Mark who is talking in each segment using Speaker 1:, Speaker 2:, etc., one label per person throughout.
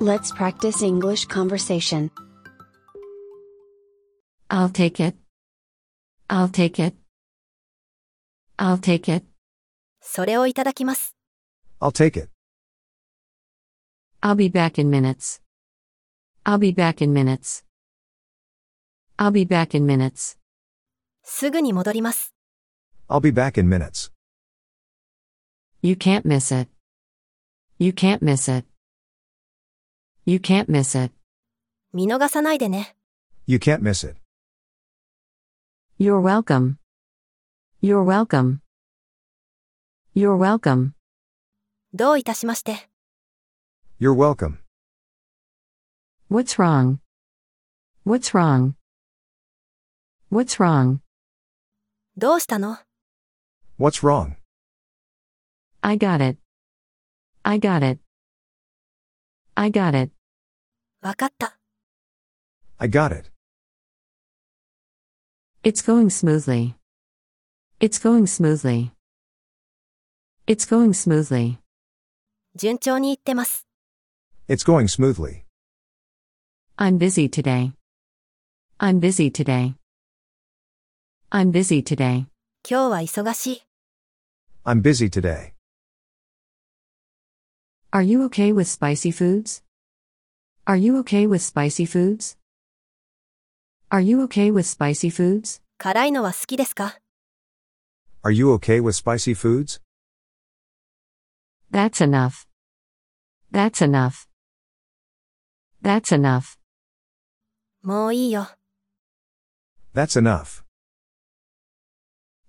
Speaker 1: Let's practice English conversation.
Speaker 2: I'll take it. I'll take it. I'll take it.
Speaker 3: それをいただきます。
Speaker 4: I'll take it.
Speaker 2: I'll be back in minutes. I'll be back in minutes. I'll be back in minutes.
Speaker 3: すぐに戻ります。
Speaker 4: I'll be back in minutes.
Speaker 2: You can't miss it. You can't miss it. You can't miss it.
Speaker 3: 見逃さないでね。
Speaker 4: You can't miss it.
Speaker 2: You're welcome. You're welcome. You're welcome.
Speaker 3: どういたしまして。
Speaker 4: You're welcome.
Speaker 2: What's wrong? What's wrong? What's wrong?
Speaker 3: どうしたの
Speaker 4: What's wrong?
Speaker 2: I got it. I got it. I got it.
Speaker 3: わかった。
Speaker 4: I got it.
Speaker 2: It's going smoothly. It's going smoothly. It's going smoothly.
Speaker 3: 順調に言ってます。
Speaker 4: It's going smoothly.
Speaker 2: I'm busy today. I'm busy today. I'm busy today.
Speaker 3: 今日は忙しい。
Speaker 4: I'm busy today.
Speaker 2: Are you okay with spicy foods? Are you okay with spicy foods? Are you okay with spicy foods?
Speaker 3: 辛いのは好きですか
Speaker 4: Are you okay with spicy foods?
Speaker 2: That's enough. That's enough. That's enough.
Speaker 3: もういいよ。
Speaker 4: That's enough.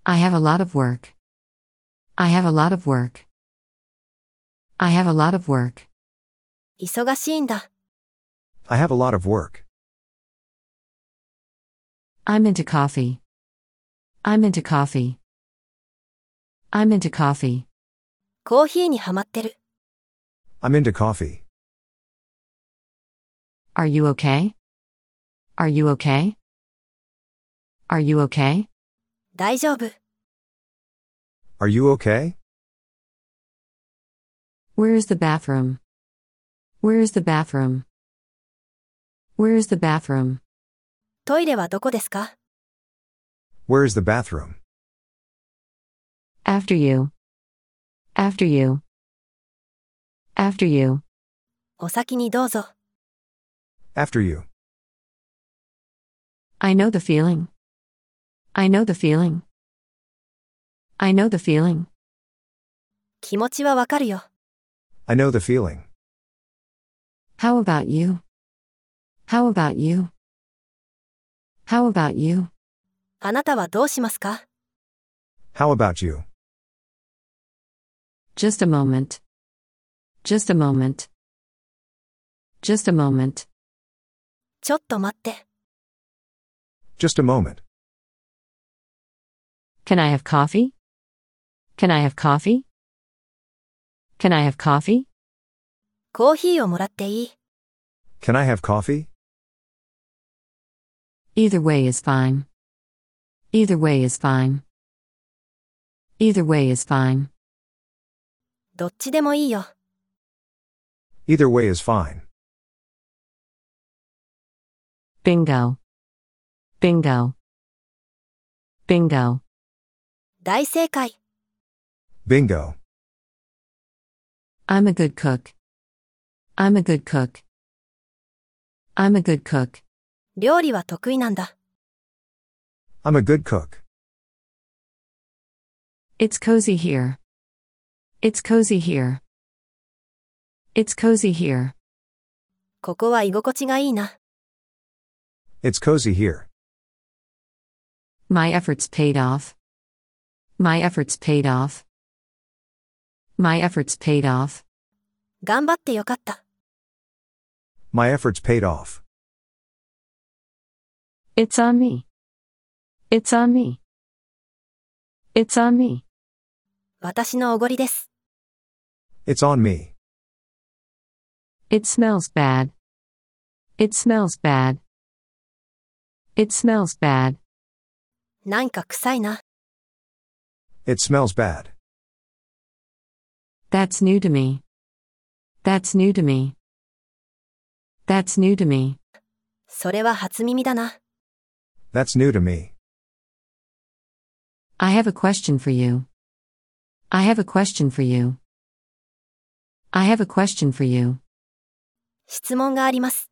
Speaker 2: I have a lot of work. I have a lot of work. I have a lot of work.
Speaker 3: 忙しいんだ。
Speaker 4: I have a lot of work.
Speaker 2: I'm into coffee. I'm into coffee. I'm into coffee.
Speaker 3: コーヒーにはまってる。
Speaker 4: I'm into coffee.
Speaker 2: Are you okay? Are you okay? Are you okay?
Speaker 3: 大丈夫。
Speaker 4: Are you okay?
Speaker 2: Where is the bathroom? Where is the bathroom? Where is the bathroom?
Speaker 3: トイレはどこですか
Speaker 4: Where is the bathroom?
Speaker 2: After you. After you. After you.
Speaker 3: お先にどうぞ。
Speaker 4: After you.
Speaker 2: I know the feeling. I know the feeling. I know the feeling.
Speaker 3: 気持ちはわかるよ。
Speaker 4: I know the feeling.
Speaker 2: How about you? How about you? How about you?
Speaker 3: あなたはどうしますか
Speaker 4: How about you?
Speaker 2: Just a moment. Just a moment. Just a moment.
Speaker 3: ちょっと待って。
Speaker 4: Just a moment.
Speaker 2: Can I have coffee? Can I have coffee? Can I have coffee?
Speaker 3: コーヒーをもらっていい
Speaker 4: Can I have coffee?
Speaker 2: Either way is fine. Either way is fine. Either way is fine.
Speaker 3: どっちでもいいよ。
Speaker 4: Either way is fine.
Speaker 2: Bingo. Bingo. Bingo.
Speaker 3: 大正解。
Speaker 4: Bingo.
Speaker 2: I'm a good cook. I'm a good cook. I'm a good cook.
Speaker 3: 料理は得意なんだ。
Speaker 4: I'm a good cook.
Speaker 2: It's cozy here. It's cozy here. It's cozy here.
Speaker 3: ここは居心地がいいな。
Speaker 4: It's cozy here.
Speaker 2: My efforts paid off. My efforts paid off. My efforts paid off.
Speaker 3: 頑張ってよかった。
Speaker 4: My efforts paid off.
Speaker 2: It's on me. It's on me. It's on me.
Speaker 3: 私のおごりです。
Speaker 4: It's on me.
Speaker 2: It smells bad. It smells bad. It smells bad.
Speaker 3: なんか臭いな。
Speaker 4: It smells bad.
Speaker 2: That's new to me. That's new to me. That's new to me.
Speaker 3: それは初耳だな。
Speaker 4: That's new to me.
Speaker 2: I have a question for you. I have a question for you. I have a question for you.
Speaker 3: 質問があります。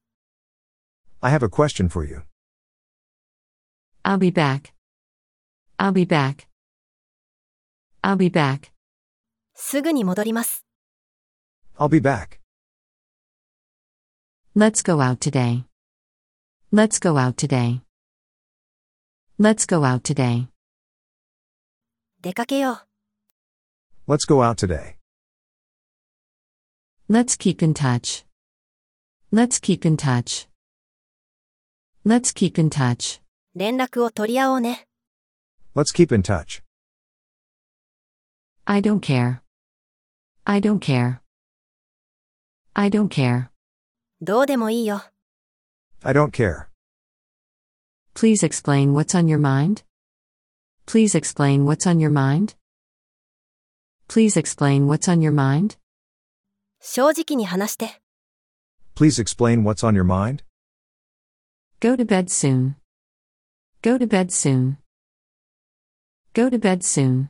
Speaker 4: I have a question for you.
Speaker 2: I'll be back. I'll be back. I'll be back.
Speaker 3: すぐに戻ります。
Speaker 4: I'll be back.
Speaker 2: Let's go out today. Let's go out today. Let's go out today.
Speaker 3: 出かけよう。
Speaker 4: Let's go out today.
Speaker 2: Let's keep in touch. Let's keep in touch. Let's keep in touch.
Speaker 3: 連絡を取り合おうね。
Speaker 4: Let's keep in touch.
Speaker 2: I don't care. I don't care. I don't care.
Speaker 3: どうでもいいよ。
Speaker 4: I don't care.
Speaker 2: Please explain what's on your mind. Please explain what's on your mind. Please explain what's on your mind.
Speaker 3: 正直に話して。
Speaker 4: Please explain what's on your mind.
Speaker 2: Go to bed soon. Go to bed soon. Go to bed soon.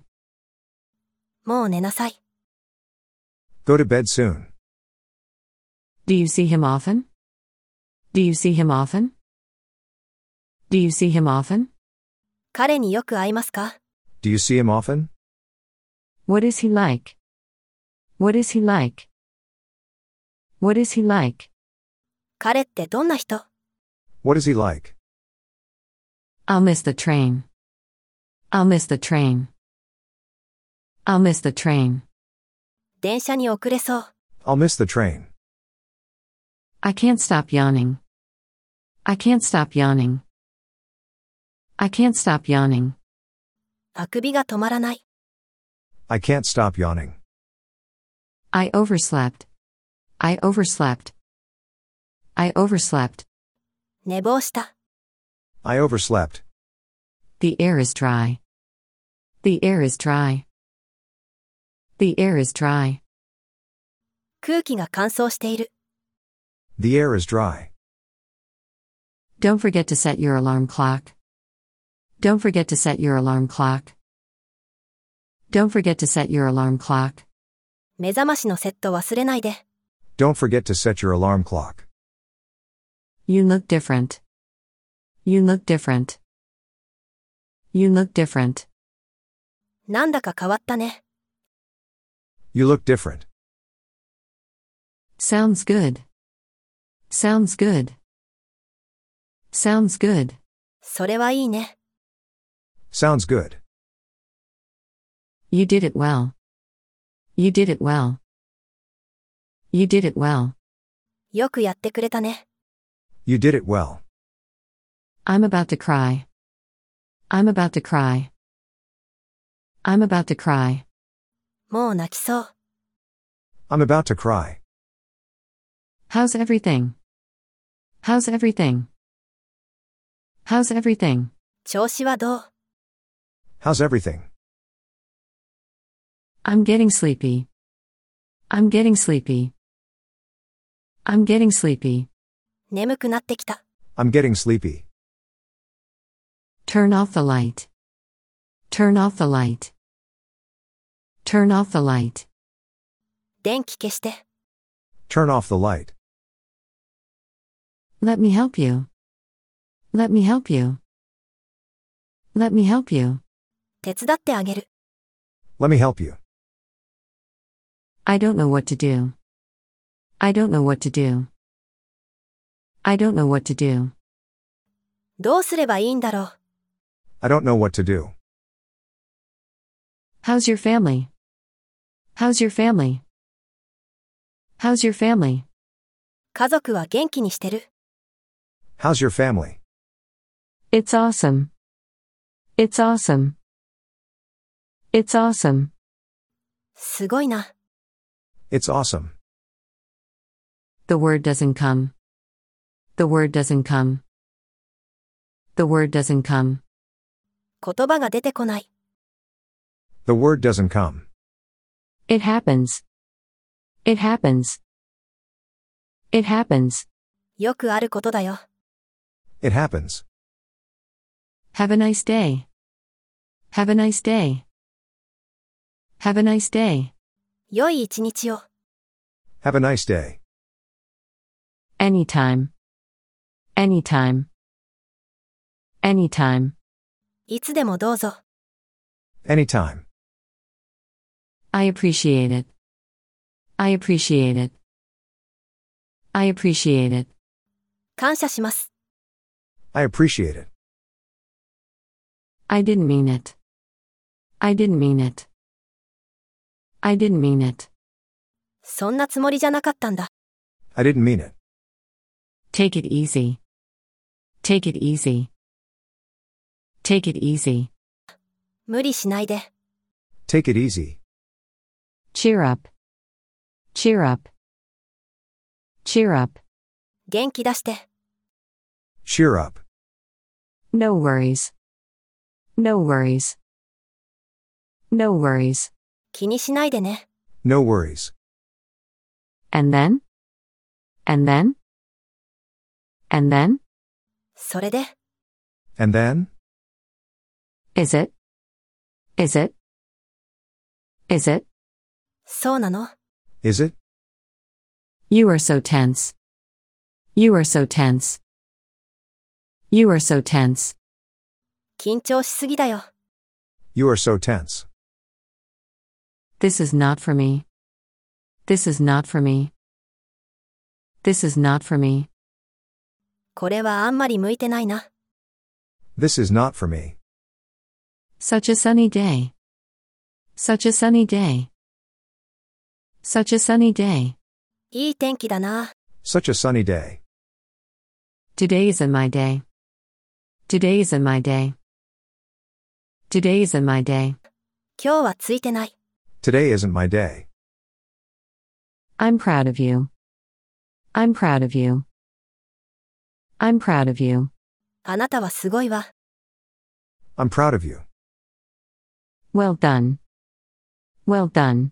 Speaker 3: もう寝なさい。
Speaker 4: Go to bed soon.
Speaker 2: Do you see him often? Do you see him often? Do you see him often?
Speaker 3: 彼によく会いますか
Speaker 4: Do you see him often?
Speaker 2: What is he like? What is he like? What is he like?
Speaker 3: 彼ってどんな人
Speaker 4: What is he like?
Speaker 2: I'll miss the train. I'll miss the train. I'll miss the train.
Speaker 3: 電車に遅れそう。
Speaker 4: I'll miss the train.
Speaker 2: I can't stop yawning. I can't stop yawning. I can't stop yawning.
Speaker 3: あくびが止まらない。
Speaker 4: I can't stop yawning.
Speaker 2: I overslept. I overslept. I overslept.
Speaker 3: 寝坊した。
Speaker 4: I overslept.
Speaker 2: The air is dry. The air is dry. The air is dry.
Speaker 3: 空気が乾燥している。
Speaker 4: The air is dry.
Speaker 2: Don't forget to set your alarm clock. Don't forget to set your alarm clock. Don't forget to set your alarm clock.
Speaker 3: 目覚ましのセット忘れないで。
Speaker 4: Don't forget to set your alarm clock.
Speaker 2: You look different. You look different. You look different.
Speaker 3: なんだか変わったね。
Speaker 4: You look different.
Speaker 2: Sounds good. Sounds good. Sounds good.
Speaker 3: それはいいね。
Speaker 4: Sounds good.
Speaker 2: You did it well. You did it well. You did it well.
Speaker 3: よくやってくれたね。
Speaker 4: You did it well.
Speaker 2: I'm about to cry. I'm about to cry. I'm about to cry.
Speaker 3: もう泣きそう。
Speaker 4: I'm about to cry.
Speaker 2: How's everything? How's everything? How's everything?
Speaker 3: 調子はどう
Speaker 4: How's everything?
Speaker 2: I'm getting sleepy. I'm getting sleepy. I'm getting sleepy.
Speaker 3: 眠くなってきた。
Speaker 4: I'm getting sleepy.
Speaker 2: Turn off the light. Turn off the light. Turn off the light.
Speaker 3: 電気消して。
Speaker 4: Turn off the light.
Speaker 2: Let me help you. Let me help you. Let me help you.
Speaker 3: 手伝ってあげる。
Speaker 4: Let me help you.
Speaker 2: I don't know what to do. I don't know what to do. I don't know what to do.
Speaker 3: どうすればいいんだろう。
Speaker 4: I don't know what to do.
Speaker 2: How's your family? How's your family? How's your family?
Speaker 3: 家族は元気にしてる。
Speaker 4: How's your family?
Speaker 2: It's awesome. It's awesome. It's awesome.
Speaker 3: すごいな。
Speaker 4: It's awesome.
Speaker 2: The word doesn't come. The word doesn't come. The word doesn't come.
Speaker 3: 言葉が出てこない。
Speaker 4: The word doesn't come.
Speaker 2: It happens. It happens. It happens.
Speaker 3: よくあることだよ。
Speaker 4: It happens.
Speaker 2: Have a nice day. Have a nice day. Have a nice day.
Speaker 3: 良い一日を。
Speaker 4: Have a nice day.
Speaker 2: Anytime. Anytime. Anytime.
Speaker 3: いつでもどうぞ。
Speaker 4: Anytime.
Speaker 2: I appreciate it. I appreciate it. I appreciate it.
Speaker 3: 感謝します。
Speaker 4: I appreciate it.
Speaker 2: I didn't mean it. I didn't mean it. I didn't mean it.
Speaker 3: そんなつもりじゃなかったんだ。
Speaker 4: I didn't mean it.
Speaker 2: Take it easy. Take it easy. Take it easy.
Speaker 3: 無理しないで。
Speaker 4: Take it easy.
Speaker 2: Cheer up. Cheer up. Cheer up.
Speaker 3: 元気出して。
Speaker 4: Cheer up.
Speaker 2: No worries. No worries. No worries.
Speaker 3: 気にしないでね。
Speaker 4: No worries.
Speaker 2: And then? And then? And then?
Speaker 3: それで、
Speaker 4: And then?
Speaker 2: Is it? Is it? Is it?
Speaker 3: そうなの
Speaker 4: Is it?
Speaker 2: You are so tense. You are so tense. You are so tense.
Speaker 3: 緊張しすぎだよ。
Speaker 4: You are so tense.
Speaker 2: This is not for me. This is not for me. This is not for me.
Speaker 3: これはあんまり向いてないな。
Speaker 4: This is not for me.
Speaker 2: Such a sunny day. Such a sunny day. Such a sunny day.
Speaker 3: いい天気だな。
Speaker 4: Such a sunny day.
Speaker 2: Today isn't my day. Today isn't my day. Today isn't my day.
Speaker 3: 今日はついてない。
Speaker 4: Today isn't my day.
Speaker 2: I'm proud of you. I'm proud of you. I'm proud of you.
Speaker 3: あなたはすごいわ。
Speaker 4: I'm proud of you.
Speaker 2: Well done. Well done.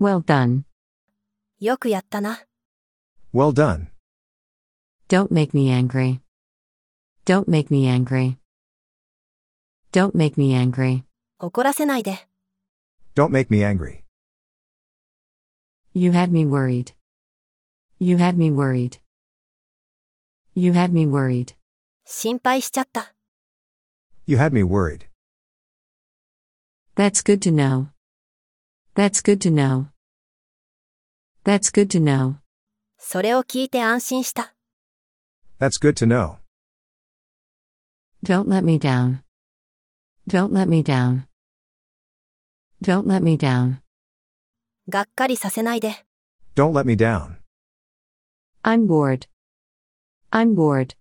Speaker 2: Well done.
Speaker 3: よくやったな。
Speaker 4: Well done.
Speaker 2: Don't make me angry. Don't make me angry. Don't make me angry.
Speaker 3: 怒らせないで。
Speaker 4: Don't make me angry.
Speaker 2: You had me worried. You had me worried. You had me worried.
Speaker 3: 心配しちゃった。
Speaker 4: You had me worried.
Speaker 2: That's good to know. That's good to know. That's good to know.
Speaker 3: それを聞いて安心した。
Speaker 4: That's good to know.
Speaker 2: Don't let me down. Don't let me down. Don't let me down.
Speaker 3: がっかりさせないで。
Speaker 4: Don't let me down.
Speaker 2: I'm bored. I'm bored.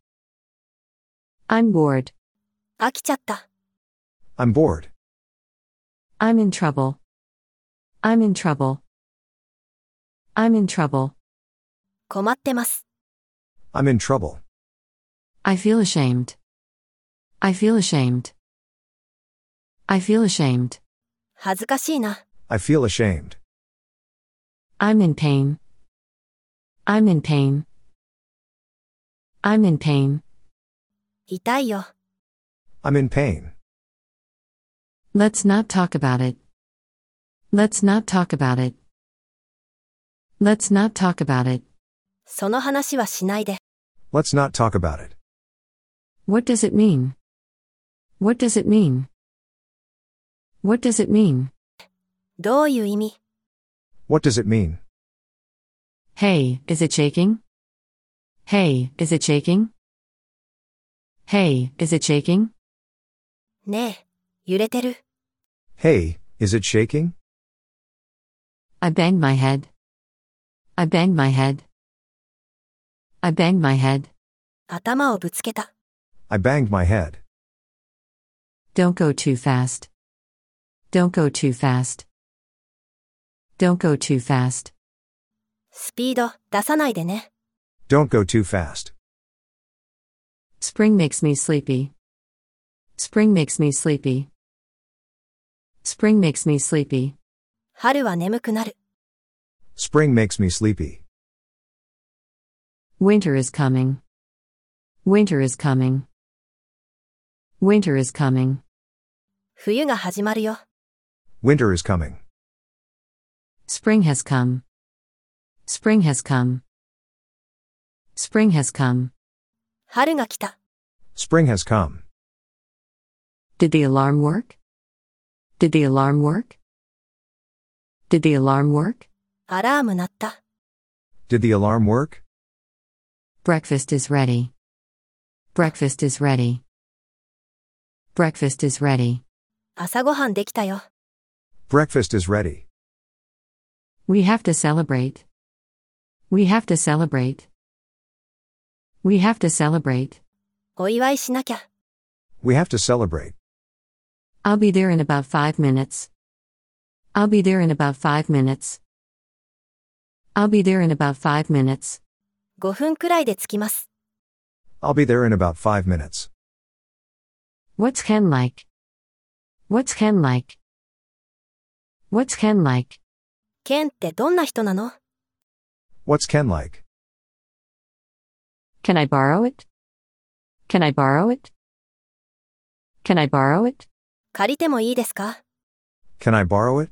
Speaker 2: I'm bored.
Speaker 3: 飽きちゃった。
Speaker 4: I'm bored.
Speaker 2: I'm in trouble. I'm in trouble. I'm in trouble.
Speaker 3: 困ってます。
Speaker 4: I'm in trouble.
Speaker 2: I feel ashamed. I feel ashamed. I feel ashamed.
Speaker 3: 恥ずかしいな。
Speaker 4: I feel ashamed.
Speaker 2: I'm in pain. I'm in pain. I'm in pain.
Speaker 3: 痛いよ。
Speaker 4: I'm in pain.
Speaker 2: Let's not talk about it. Let's not talk about it. Let's not talk about it.
Speaker 3: その話はしないで。
Speaker 4: Let's not talk about it.
Speaker 2: What does it mean? What does it mean? What does it mean?
Speaker 3: どういう意味
Speaker 4: What does it mean?
Speaker 2: Hey, is it shaking? Hey, is it shaking? Hey, is it shaking?
Speaker 3: ねえ、揺れてる。
Speaker 4: Hey, is it shaking?
Speaker 2: I banged my head. I banged my head. I banged my head.
Speaker 3: 頭をぶつけた。
Speaker 4: I banged my head.
Speaker 2: Don't go too fast. Don't go too fast. Don't go too fast.
Speaker 3: スピード出さないでね。
Speaker 4: Don't go too fast.
Speaker 2: Spring makes me sleepy. Spring makes me sleepy. Spring makes me sleepy.
Speaker 3: 春は眠くなる。
Speaker 4: Spring makes me sleepy.
Speaker 2: Winter is coming. Winter is coming. Winter is coming.
Speaker 3: 冬が始まるよ。
Speaker 4: Winter is coming.
Speaker 2: Spring has come. Spring has come. Spring has come.
Speaker 3: 春が来た。
Speaker 4: Spring has come.
Speaker 2: Did the alarm work? Did the alarm work? Did the alarm work?
Speaker 3: アラーム鳴った。
Speaker 4: Did the alarm work?
Speaker 2: Breakfast is ready. Breakfast is ready. Breakfast is ready.
Speaker 3: 朝ごはんできたよ。
Speaker 4: Breakfast is ready.
Speaker 2: We have to celebrate. We have to celebrate. We have to celebrate.
Speaker 3: お祝いしなきゃ。
Speaker 4: We have to celebrate.
Speaker 2: I'll be there in about five minutes. I'll be there in about five minutes. I'll be there in about five minutes.
Speaker 3: 5分くらいで着きます。
Speaker 4: I'll be there in about five minutes.
Speaker 2: What's Ken like? What's Ken like? What's Ken like?
Speaker 3: ケンってどんな人なの
Speaker 4: What's Ken like?
Speaker 2: Can I borrow it? Can I borrow it? Can I borrow it?
Speaker 3: 借りてもいいですか
Speaker 4: Can I borrow it?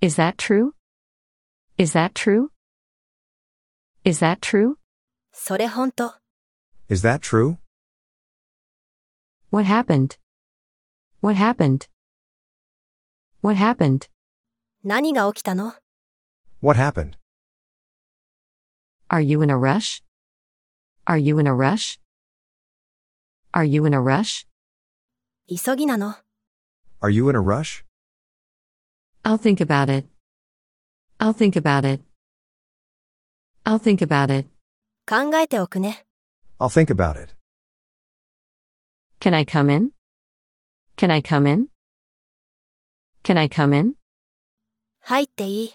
Speaker 2: Is that true? Is that true? Is that true?
Speaker 3: それほんと。
Speaker 4: Is that true?
Speaker 2: What happened? What happened? What happened?
Speaker 3: 何が起きたの
Speaker 4: What happened?
Speaker 2: Are you in a rush? Are you in a rush? Are you in a rush?
Speaker 3: 急ぎなの。
Speaker 4: Are you in a rush?
Speaker 2: I'll think about it. I'll think about it. I'll think about it.
Speaker 3: 考えておくね。
Speaker 4: I'll think about it.
Speaker 2: Can I come in? Can I come in? Can I come in?
Speaker 3: 入っていい。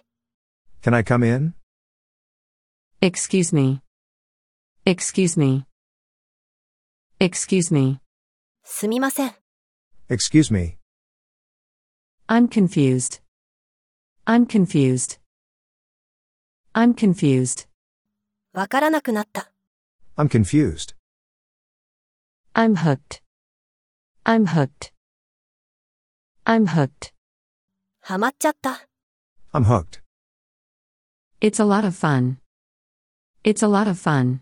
Speaker 4: Can I come in?
Speaker 2: Excuse me. Excuse me. Excuse me.
Speaker 3: すみません。
Speaker 4: Excuse me.
Speaker 2: I'm confused. I'm confused. I'm confused.
Speaker 3: わからなくなった。
Speaker 4: I'm confused.
Speaker 2: I'm hooked. I'm hooked. I'm hooked.
Speaker 3: ハマっちゃった。
Speaker 4: I'm hooked.
Speaker 2: It's a lot of fun. It's a lot of fun.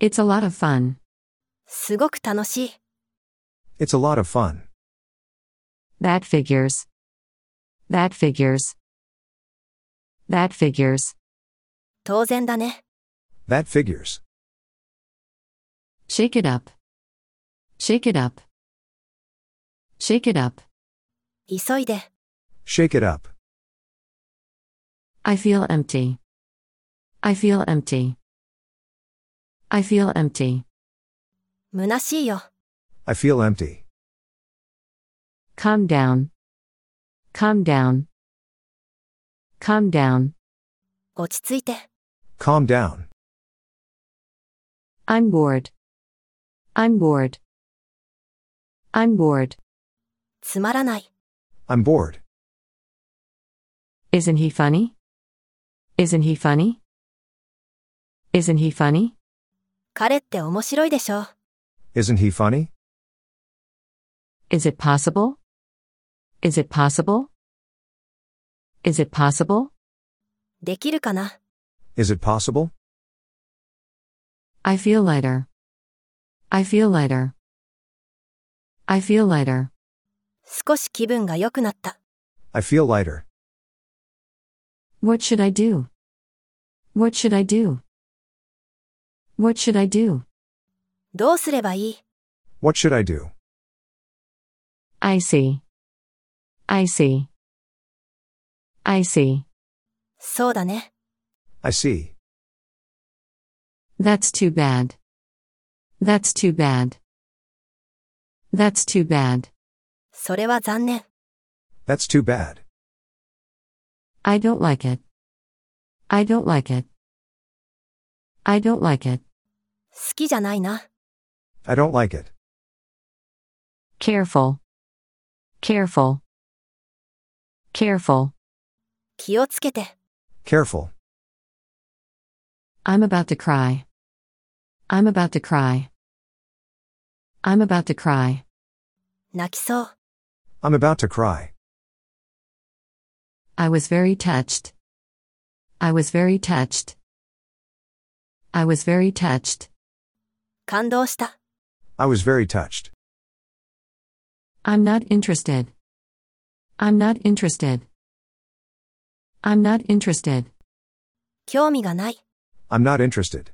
Speaker 2: It's a lot of fun.
Speaker 3: すごく楽しい。
Speaker 4: It's a lot of fun.
Speaker 2: That figures. That figures. That figures.
Speaker 3: 当然だね。
Speaker 4: That figures.
Speaker 2: Shake it up. Shake it up. Shake it up.
Speaker 3: 急いで。
Speaker 4: Shake it up.
Speaker 2: I feel empty. I feel empty. I feel empty.
Speaker 3: 虚しいよ。
Speaker 4: I feel empty.
Speaker 2: Calm down. Calm down. Calm down.
Speaker 3: 落ち着いて。
Speaker 4: Calm down.
Speaker 2: I'm bored. I'm bored. I'm bored.
Speaker 3: つまらない。
Speaker 4: I'm bored.
Speaker 2: Isn't he funny? Isn't he funny? Isn't he funny?
Speaker 3: 彼って面白いでしょ。
Speaker 4: Isn't he funny?
Speaker 2: Is it possible? Is it possible? Is it possible?
Speaker 3: できるかな
Speaker 4: Is it possible?
Speaker 2: I feel lighter. I feel lighter. I feel lighter.
Speaker 3: 少し気分が良くなった。
Speaker 4: I feel lighter.
Speaker 2: What should I do? What should I do? What should I do?
Speaker 3: どうすればいい
Speaker 4: What should I do?
Speaker 2: I see. I see. I see.
Speaker 3: そうだね。
Speaker 4: I see.
Speaker 2: That's too bad. That's too bad. That's too bad.
Speaker 3: それは残念。
Speaker 4: That's too bad.
Speaker 2: I don't like it. I don't like it. I don't like it.
Speaker 3: 好きじゃないな。
Speaker 4: I don't like it.
Speaker 2: Careful. Careful. Careful.
Speaker 3: 気をつけて。
Speaker 4: Careful.
Speaker 2: I'm about to cry. I'm about to cry. I'm about to cry.
Speaker 3: 泣きそう。
Speaker 4: I'm about to cry.
Speaker 2: I was very touched. I was very touched. I was very touched.
Speaker 3: 感動した。
Speaker 4: I was very touched.
Speaker 2: I'm not interested. I'm not interested. I'm not interested.
Speaker 3: 興味がない。
Speaker 4: I'm not interested.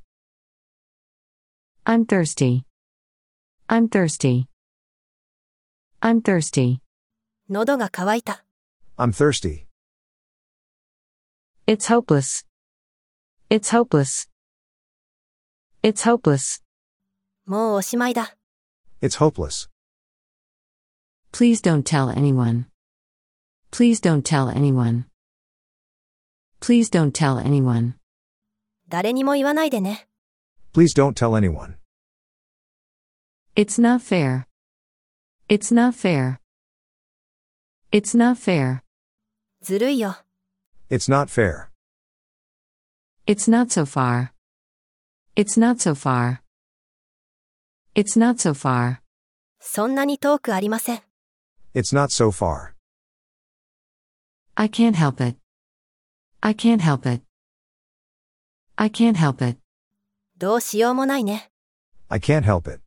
Speaker 2: I'm thirsty. I'm thirsty. I'm thirsty.
Speaker 3: 喉が渇いた。
Speaker 4: I'm thirsty.
Speaker 2: It's hopeless. It's hopeless. It's hopeless.
Speaker 3: もうおしまいだ。
Speaker 4: It's hopeless.
Speaker 2: Please don't tell anyone. Please don't tell anyone. Please don't tell anyone.
Speaker 3: 誰にも言わないでね。
Speaker 4: Please don't tell anyone.
Speaker 2: It's not fair. It's not fair. It's not fair.
Speaker 3: ずるいよ。
Speaker 4: It's not fair.
Speaker 2: It's not so far. It's not so far. It's not so far.
Speaker 3: そんなに遠くありません。
Speaker 4: It's not so far.
Speaker 2: I can't help it. I can't help it. I can't help it.
Speaker 3: どうしようもないね。
Speaker 4: I can't help it.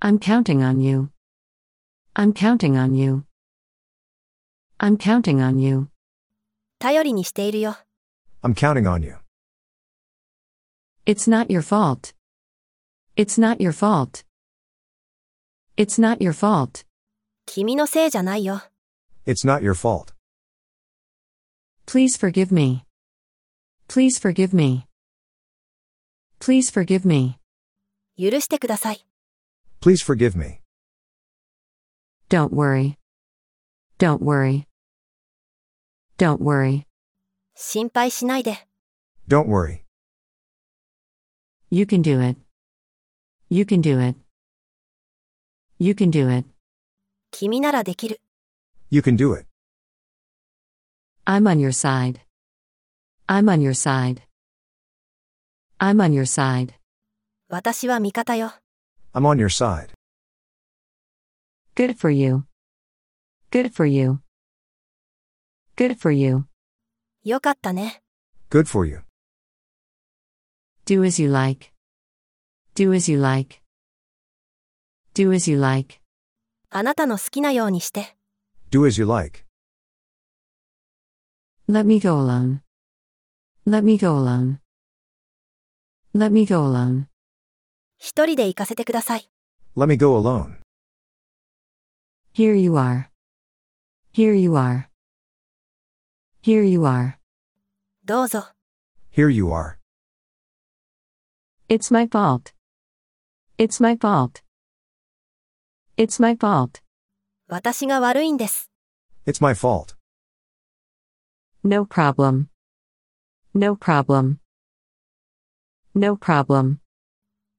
Speaker 2: I'm counting on you. I'm counting on you. I'm counting on you.
Speaker 3: 頼りにしているよ。
Speaker 4: I'm counting on you.
Speaker 2: It's not your fault. It's not your fault. It's not your fault.
Speaker 3: 君のせいじゃないよ。
Speaker 4: It's not your fault.
Speaker 2: Please forgive me. Please forgive me. Please forgive me.
Speaker 3: 許してください。
Speaker 4: Please forgive me.
Speaker 2: Don't worry. Don't worry. Don't worry.
Speaker 3: 心配しないで。
Speaker 4: Don't worry.
Speaker 2: You can do it. You can do it. You can do it.
Speaker 3: 君ならできる。
Speaker 4: You can do it.
Speaker 2: I'm on your side. I'm on your side. I'm on your side.
Speaker 3: 私は味方よ。
Speaker 4: I'm on your side.
Speaker 2: Good for you. Good for you. Good for you.
Speaker 3: よかったね。
Speaker 4: Good for you.
Speaker 2: Do as you like. Do as you like. Do as you like.
Speaker 3: あなたの好きなようにして。
Speaker 4: Do as you like.
Speaker 2: Let me go alone. Let me go alone. Let me go alone.
Speaker 3: 一人で行かせてください。
Speaker 4: Let me go alone.
Speaker 2: Here you are. Here you are. Here you are.
Speaker 3: どうぞ。
Speaker 4: Here you are.
Speaker 2: It's my fault. It's my fault. It's my fault.
Speaker 3: 私が悪いんです。
Speaker 4: It's my fault.
Speaker 2: No problem. No problem. No problem.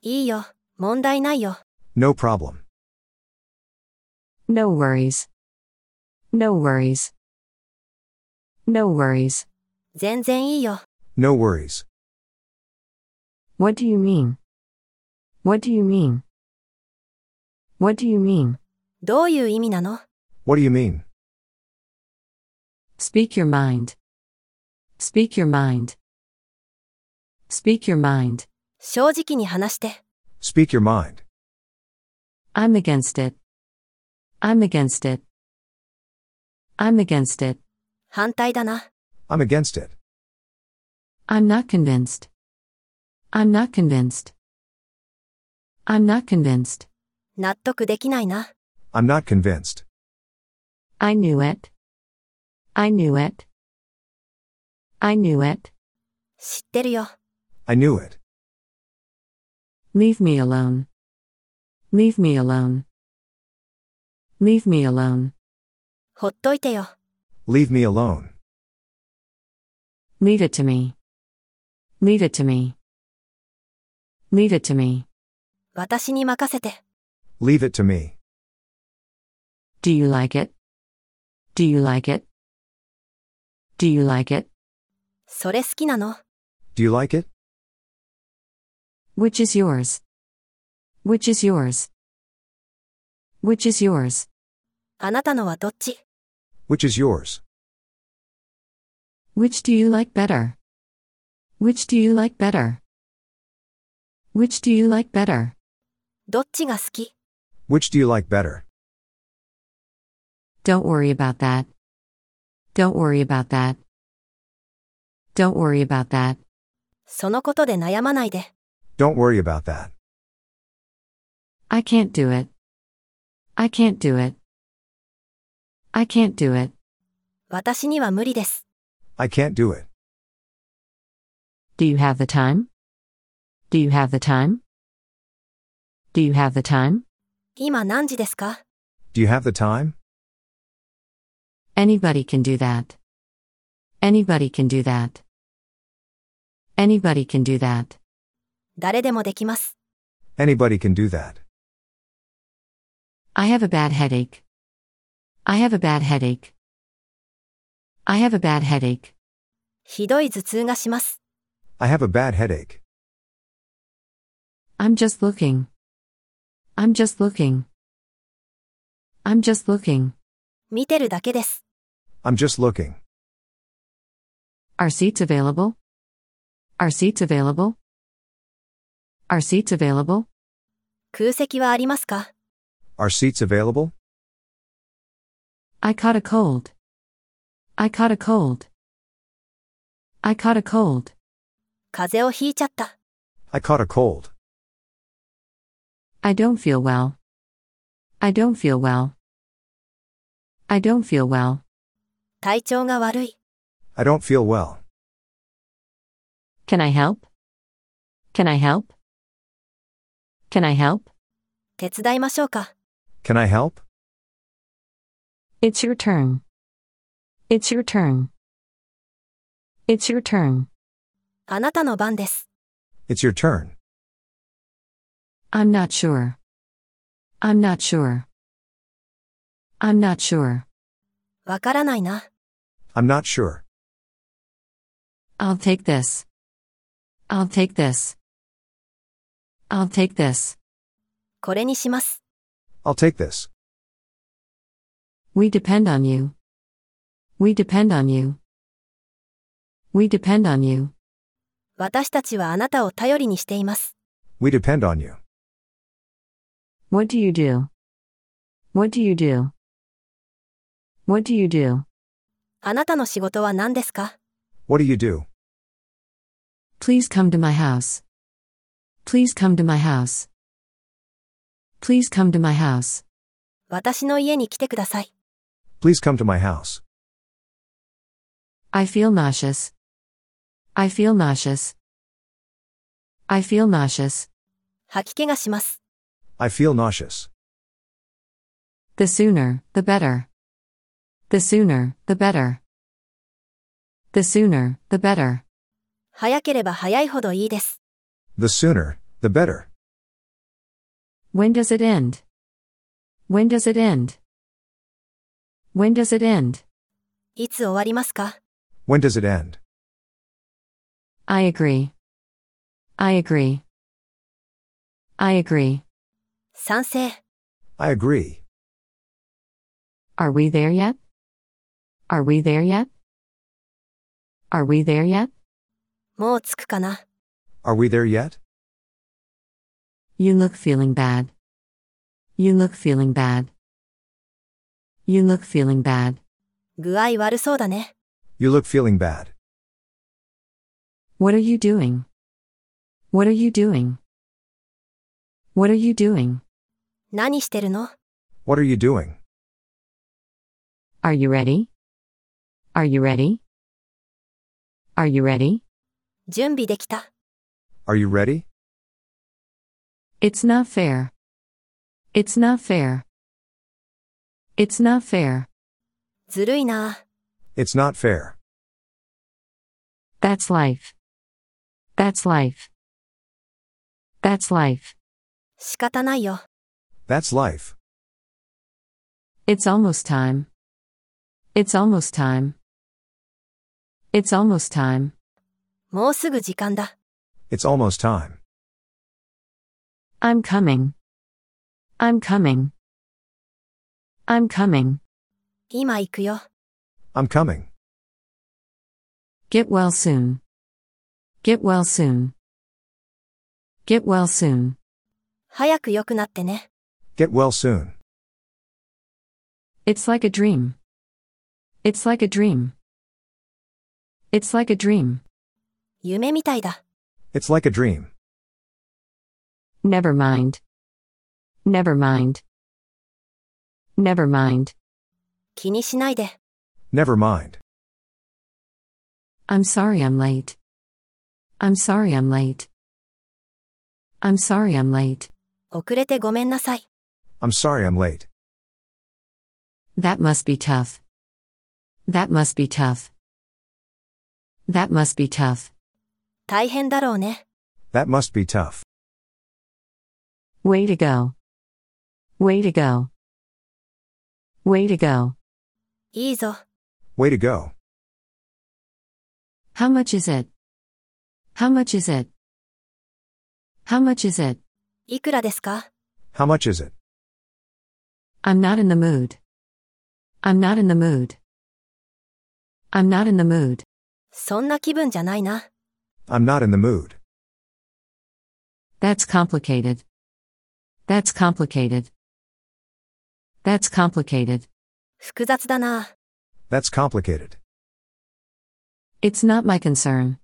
Speaker 3: いいよ。問題ないよ。
Speaker 4: No problem.
Speaker 2: No worries. No worries. No worries.
Speaker 3: 全然いいよ。
Speaker 4: No worries.
Speaker 2: What do you mean? What do you mean? What do you mean?
Speaker 3: どういう意味なの
Speaker 4: What do you mean?
Speaker 2: Speak your mind. Speak your mind. Speak your mind.
Speaker 3: 正直に話して。
Speaker 4: Speak your mind.
Speaker 2: I'm against it. I'm against it. I'm against it.
Speaker 3: 反対だな。
Speaker 4: I'm against it.
Speaker 2: I'm not convinced. I'm not convinced. I'm not convinced.
Speaker 3: 納得できないな。
Speaker 4: I'm not convinced.
Speaker 2: I knew it. I knew it. I knew it.
Speaker 3: 知ってるよ。
Speaker 4: I knew it.
Speaker 2: Leave me alone. Leave me alone. Leave me alone.
Speaker 3: ほっといてよ。
Speaker 4: Leave me alone.
Speaker 2: Leave it to me. Leave it to me. Leave it to me.
Speaker 3: 私に任せて。
Speaker 4: Leave it to me.
Speaker 2: Do you like it? Do you like it? Do you like it?
Speaker 3: それ好きなの
Speaker 4: Do you like it?
Speaker 2: Which is yours? Which is yours? Which is yours?
Speaker 3: あなたのはどっち
Speaker 4: Which is yours?
Speaker 2: Which do you like better? Which do you like better? Which do you like better?
Speaker 3: どっちが好き
Speaker 4: Which do you like better?
Speaker 2: Don't worry about that. Don't worry about that. Don't worry about that.
Speaker 3: そのことで悩まないで。
Speaker 4: Don't worry about that.
Speaker 2: I can't do it. I can't do it. I can't do it.
Speaker 3: 私には無理です。
Speaker 4: I can't do it.
Speaker 2: Do you have the time? Do you have the time? Do you have the time?
Speaker 3: 今何時ですか
Speaker 4: Do you have the time?
Speaker 2: Anybody can do that. Anybody can do that. Anybody can do that.
Speaker 3: 誰でもできます。
Speaker 4: Anybody can do that.
Speaker 2: I have a bad headache. I have a bad headache. I have a bad headache.
Speaker 3: ひどい頭痛がします。
Speaker 4: I have a bad headache.
Speaker 2: I'm just looking. I'm just looking. I'm just looking.
Speaker 3: 見てるだけです。
Speaker 4: I'm just looking.
Speaker 2: Are seats available? Are seats available? Are seats available?
Speaker 3: 空席はありますか
Speaker 4: Are seats available?
Speaker 2: I caught a cold. I caught a cold. I caught a cold.
Speaker 3: 風邪をひいちゃった。
Speaker 4: I caught a cold.
Speaker 2: I don't feel well. I don't feel well. I don't feel well.
Speaker 3: 体調が悪い。
Speaker 4: I don't feel well.
Speaker 2: Can I help? Can I help? Can I help?
Speaker 3: 手伝いましょうか。
Speaker 4: Can I help?
Speaker 2: It's your turn. It's your turn. It's your turn.
Speaker 3: あなたの番です。
Speaker 4: It's your turn.
Speaker 2: I'm not sure. I'm not sure. I'm not sure.
Speaker 3: わからないな。
Speaker 4: I'm not sure.
Speaker 2: I'll take this. I'll take this. I'll take this.
Speaker 3: これにします。
Speaker 4: I'll take this.
Speaker 2: We depend on you. We depend on you. We depend on you.
Speaker 3: 私たちはあなたを頼りにしています。
Speaker 4: We depend on you.
Speaker 2: What do you do? What do you do? What do you do?
Speaker 3: あなたの仕事は何ですか
Speaker 4: What do you do?
Speaker 2: Please come to my house. Please come to my house. Please come to my house.
Speaker 3: 私の家に来てください。
Speaker 4: Please come to my house.
Speaker 2: I feel nauseous. I feel nauseous. I feel nauseous.
Speaker 3: 吐き気がします。
Speaker 4: I feel nauseous.
Speaker 2: The sooner, the better. The sooner, the better. The sooner, the better.
Speaker 3: 早ければ早いほどいいです。
Speaker 4: The sooner, the better.
Speaker 2: When does it end? When does it end? When does it end?
Speaker 3: いつ終わりますか
Speaker 4: When does it end?
Speaker 2: I agree. I agree. I agree.
Speaker 3: 賛成。
Speaker 4: I agree.
Speaker 2: Are we there yet? Are we there yet? Are we there yet?
Speaker 3: もう着くかな
Speaker 4: Are we there yet?
Speaker 2: You look feeling bad. You look feeling bad. You look feeling bad.
Speaker 3: 具合悪そうだね。
Speaker 4: You look feeling bad.
Speaker 2: What are you doing? What are you doing? What are you doing?
Speaker 3: 何してるの
Speaker 4: What are you doing?
Speaker 2: Are you ready? Are you ready? Are you ready?
Speaker 3: 準備できた。
Speaker 4: Are you ready?
Speaker 2: It's not fair. It's not fair. It's not fair.
Speaker 3: ずるいなあ。
Speaker 4: It's not fair.
Speaker 2: That's life. That's life. That's life.
Speaker 3: 仕方ないよ。
Speaker 4: That's life.
Speaker 2: It's almost time. It's almost time. It's almost time.
Speaker 3: もうすぐ時間だ。
Speaker 4: It's almost time.
Speaker 2: I'm coming. I'm coming. I'm coming.
Speaker 3: 今行くよ。
Speaker 4: I'm coming.
Speaker 2: Get well soon. Get well soon. Get well soon.
Speaker 3: 早く良くなってね。
Speaker 4: Get well soon.
Speaker 2: It's like a dream. It's like a dream. It's like a dream.
Speaker 3: 夢みたいだ。
Speaker 4: It's like a dream.
Speaker 2: Never mind. Never mind. Never mind.
Speaker 3: 気にしないで。
Speaker 4: Never mind.
Speaker 2: I'm sorry I'm late. I'm sorry I'm late. I'm sorry I'm late.
Speaker 3: 遅れてごめんなさい。
Speaker 4: I'm sorry I'm late.
Speaker 2: That must be tough. That must be tough. That must be tough.
Speaker 3: 大変だろうね。
Speaker 4: That must be tough.
Speaker 2: Way to go. Way to go. Way to go.
Speaker 3: いいぞ。
Speaker 4: Way to go.
Speaker 2: How much is it? How much is it? How much is it?
Speaker 3: いくらですか
Speaker 4: How much is it?
Speaker 2: I'm not in the mood. I'm not in the mood. I'm not in the mood.
Speaker 3: そんな気分じゃないな。
Speaker 4: I'm not in the mood.
Speaker 2: That's complicated. That's complicated. That's complicated.
Speaker 3: 複雑だな。
Speaker 4: That's complicated.
Speaker 2: It's not my concern.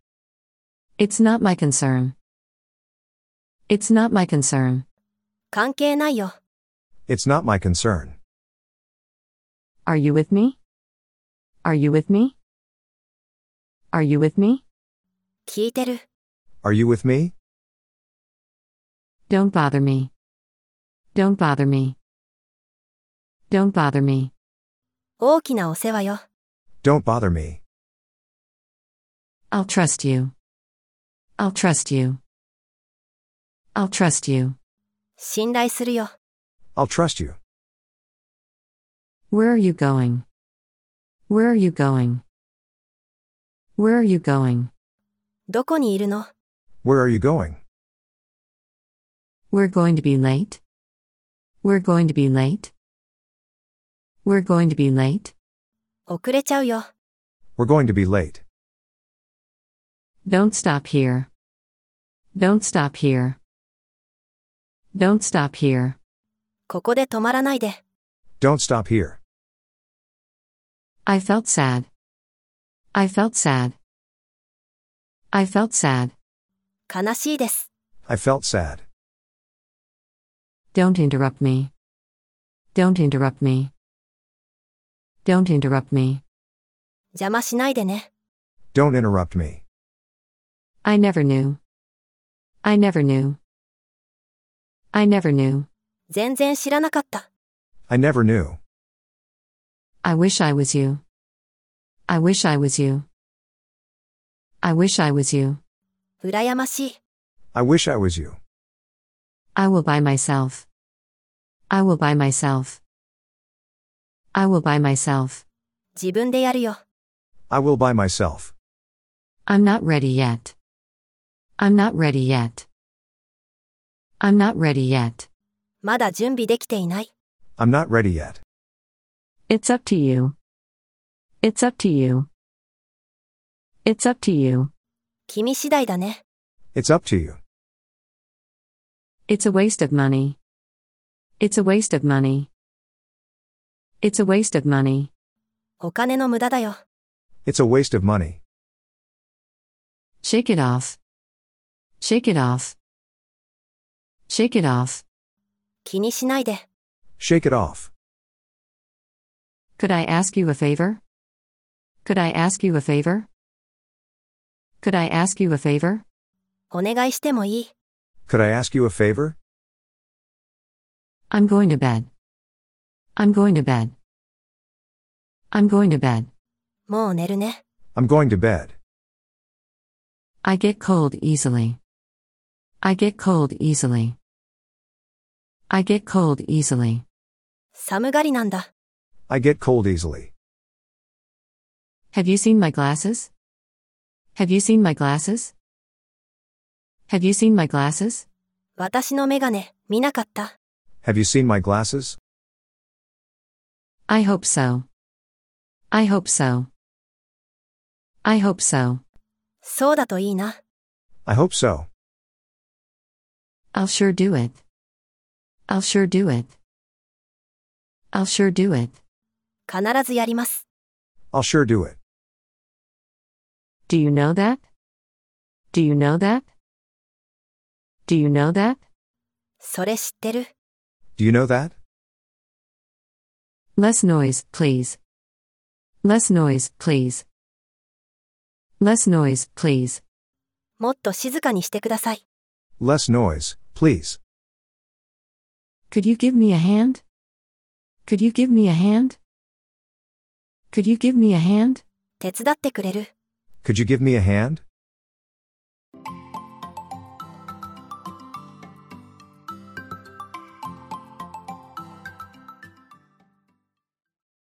Speaker 2: It's not my concern. It's not my concern.
Speaker 3: 関係ないよ。
Speaker 4: It's not my concern.
Speaker 2: Are you with me? Are you with me? Are you with me?
Speaker 3: 聞いてる。
Speaker 4: Are you with me?
Speaker 2: Don't bother me. Don't bother me. Don't bother me.
Speaker 3: 大きなお世話よ。
Speaker 4: Don't bother me.
Speaker 2: I'll trust you. I'll trust you. I'll trust you.
Speaker 3: 信頼するよ。
Speaker 4: I'll trust you.
Speaker 2: Where are you going? Where are you going? Where are you going?
Speaker 3: どこにいるの
Speaker 4: Where are you going?
Speaker 2: We're going to be late. We're going to be late. We're going to be late.
Speaker 3: 遅れちゃうよ。
Speaker 4: We're going to be late.
Speaker 2: Don't stop here. Don't stop here. Don't stop here.
Speaker 3: ここで止まらないで。
Speaker 4: Don't stop here.
Speaker 2: I felt sad. I felt sad. I felt sad.
Speaker 3: 悲しいです。
Speaker 4: I felt sad.
Speaker 2: Don't interrupt me. Don't interrupt me. Don't interrupt me.
Speaker 3: 邪魔しないでね。
Speaker 4: Don't interrupt me.
Speaker 2: I never knew. I never knew. I never knew.
Speaker 3: 全然知らなかった。
Speaker 4: I never knew.
Speaker 2: I wish I was you. I wish I was you. I wish I was you.
Speaker 3: 羨ましい。
Speaker 4: I wish I was you.
Speaker 2: I will by myself. I will by myself. I will by myself.
Speaker 3: 自分でやるよ。
Speaker 4: I will by myself.
Speaker 2: I'm not ready yet. I'm not ready yet. I'm not ready yet.
Speaker 3: まだ準備できていない。
Speaker 4: I'm not ready yet.
Speaker 2: It's up to you. It's up to you. It's up to you.
Speaker 3: 君次第だね。
Speaker 4: It's up to you.
Speaker 2: It's a waste of money. It's a waste of money. It's a waste of money.
Speaker 3: お金の無駄だよ。
Speaker 4: It's a waste of money.
Speaker 2: Shake it off. Shake it off. Shake it off.
Speaker 3: 気にしないで。
Speaker 4: Shake it off.
Speaker 2: Could I ask you a favor? Could I ask you a favor? Could I ask you a favor?
Speaker 3: お願いしてもいい。
Speaker 4: Could I ask you a favor?
Speaker 2: I'm going to bed. I'm going to bed. I'm going to bed.
Speaker 3: もう寝るね。
Speaker 4: I'm going to bed.
Speaker 2: I get cold easily. I get cold easily. I get cold easily.
Speaker 3: 寒がりなんだ。
Speaker 4: I get cold easily.
Speaker 2: Have you seen my glasses? Have you seen my glasses? Have you seen my glasses?
Speaker 3: 私のメガネ、見なかった。
Speaker 4: Have you seen my glasses?
Speaker 2: I hope so. I hope so. I hope so.
Speaker 3: そうだといいな。
Speaker 4: I hope so.
Speaker 2: I'll sure do it. I'll sure do it. I'll sure do it.
Speaker 3: 必ずやります。
Speaker 4: I'll sure do it.
Speaker 2: Do you know that? Do you know that? Do you know that?
Speaker 3: それ知ってる。
Speaker 4: Do you know that?
Speaker 2: Less noise, please. Less noise, please. Less noise, please.
Speaker 3: もっと静かにしてください。
Speaker 4: Less noise, please.
Speaker 2: Could you give me a hand? Could you give me a hand? Could you give me a hand?
Speaker 3: 手伝ってくれる。
Speaker 4: Could you give me a hand?